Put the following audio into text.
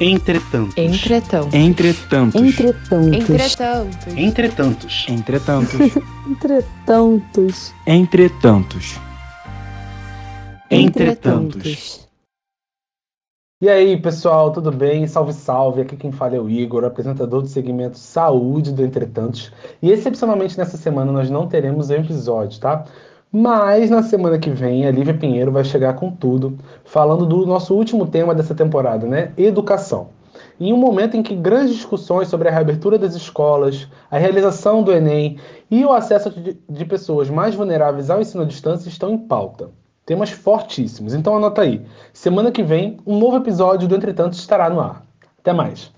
entretantos. Entretão. Entretantos. Entretantos. Entretanto. Entretantos. Entretantos. Entretantos. Entretantos. Entretantos. E aí, pessoal, tudo bem? Salve, salve! Aqui quem fala é o Igor, apresentador do segmento Saúde do Entretantos. E excepcionalmente nessa semana nós não teremos episódio, tá? Mas na semana que vem a Lívia Pinheiro vai chegar com tudo, falando do nosso último tema dessa temporada, né? Educação. Em um momento em que grandes discussões sobre a reabertura das escolas, a realização do Enem e o acesso de- de pessoas mais vulneráveis ao ensino à distância estão em pauta. Temas fortíssimos, então anota aí. Semana que vem, um novo episódio do Entretanto estará no ar. Até mais.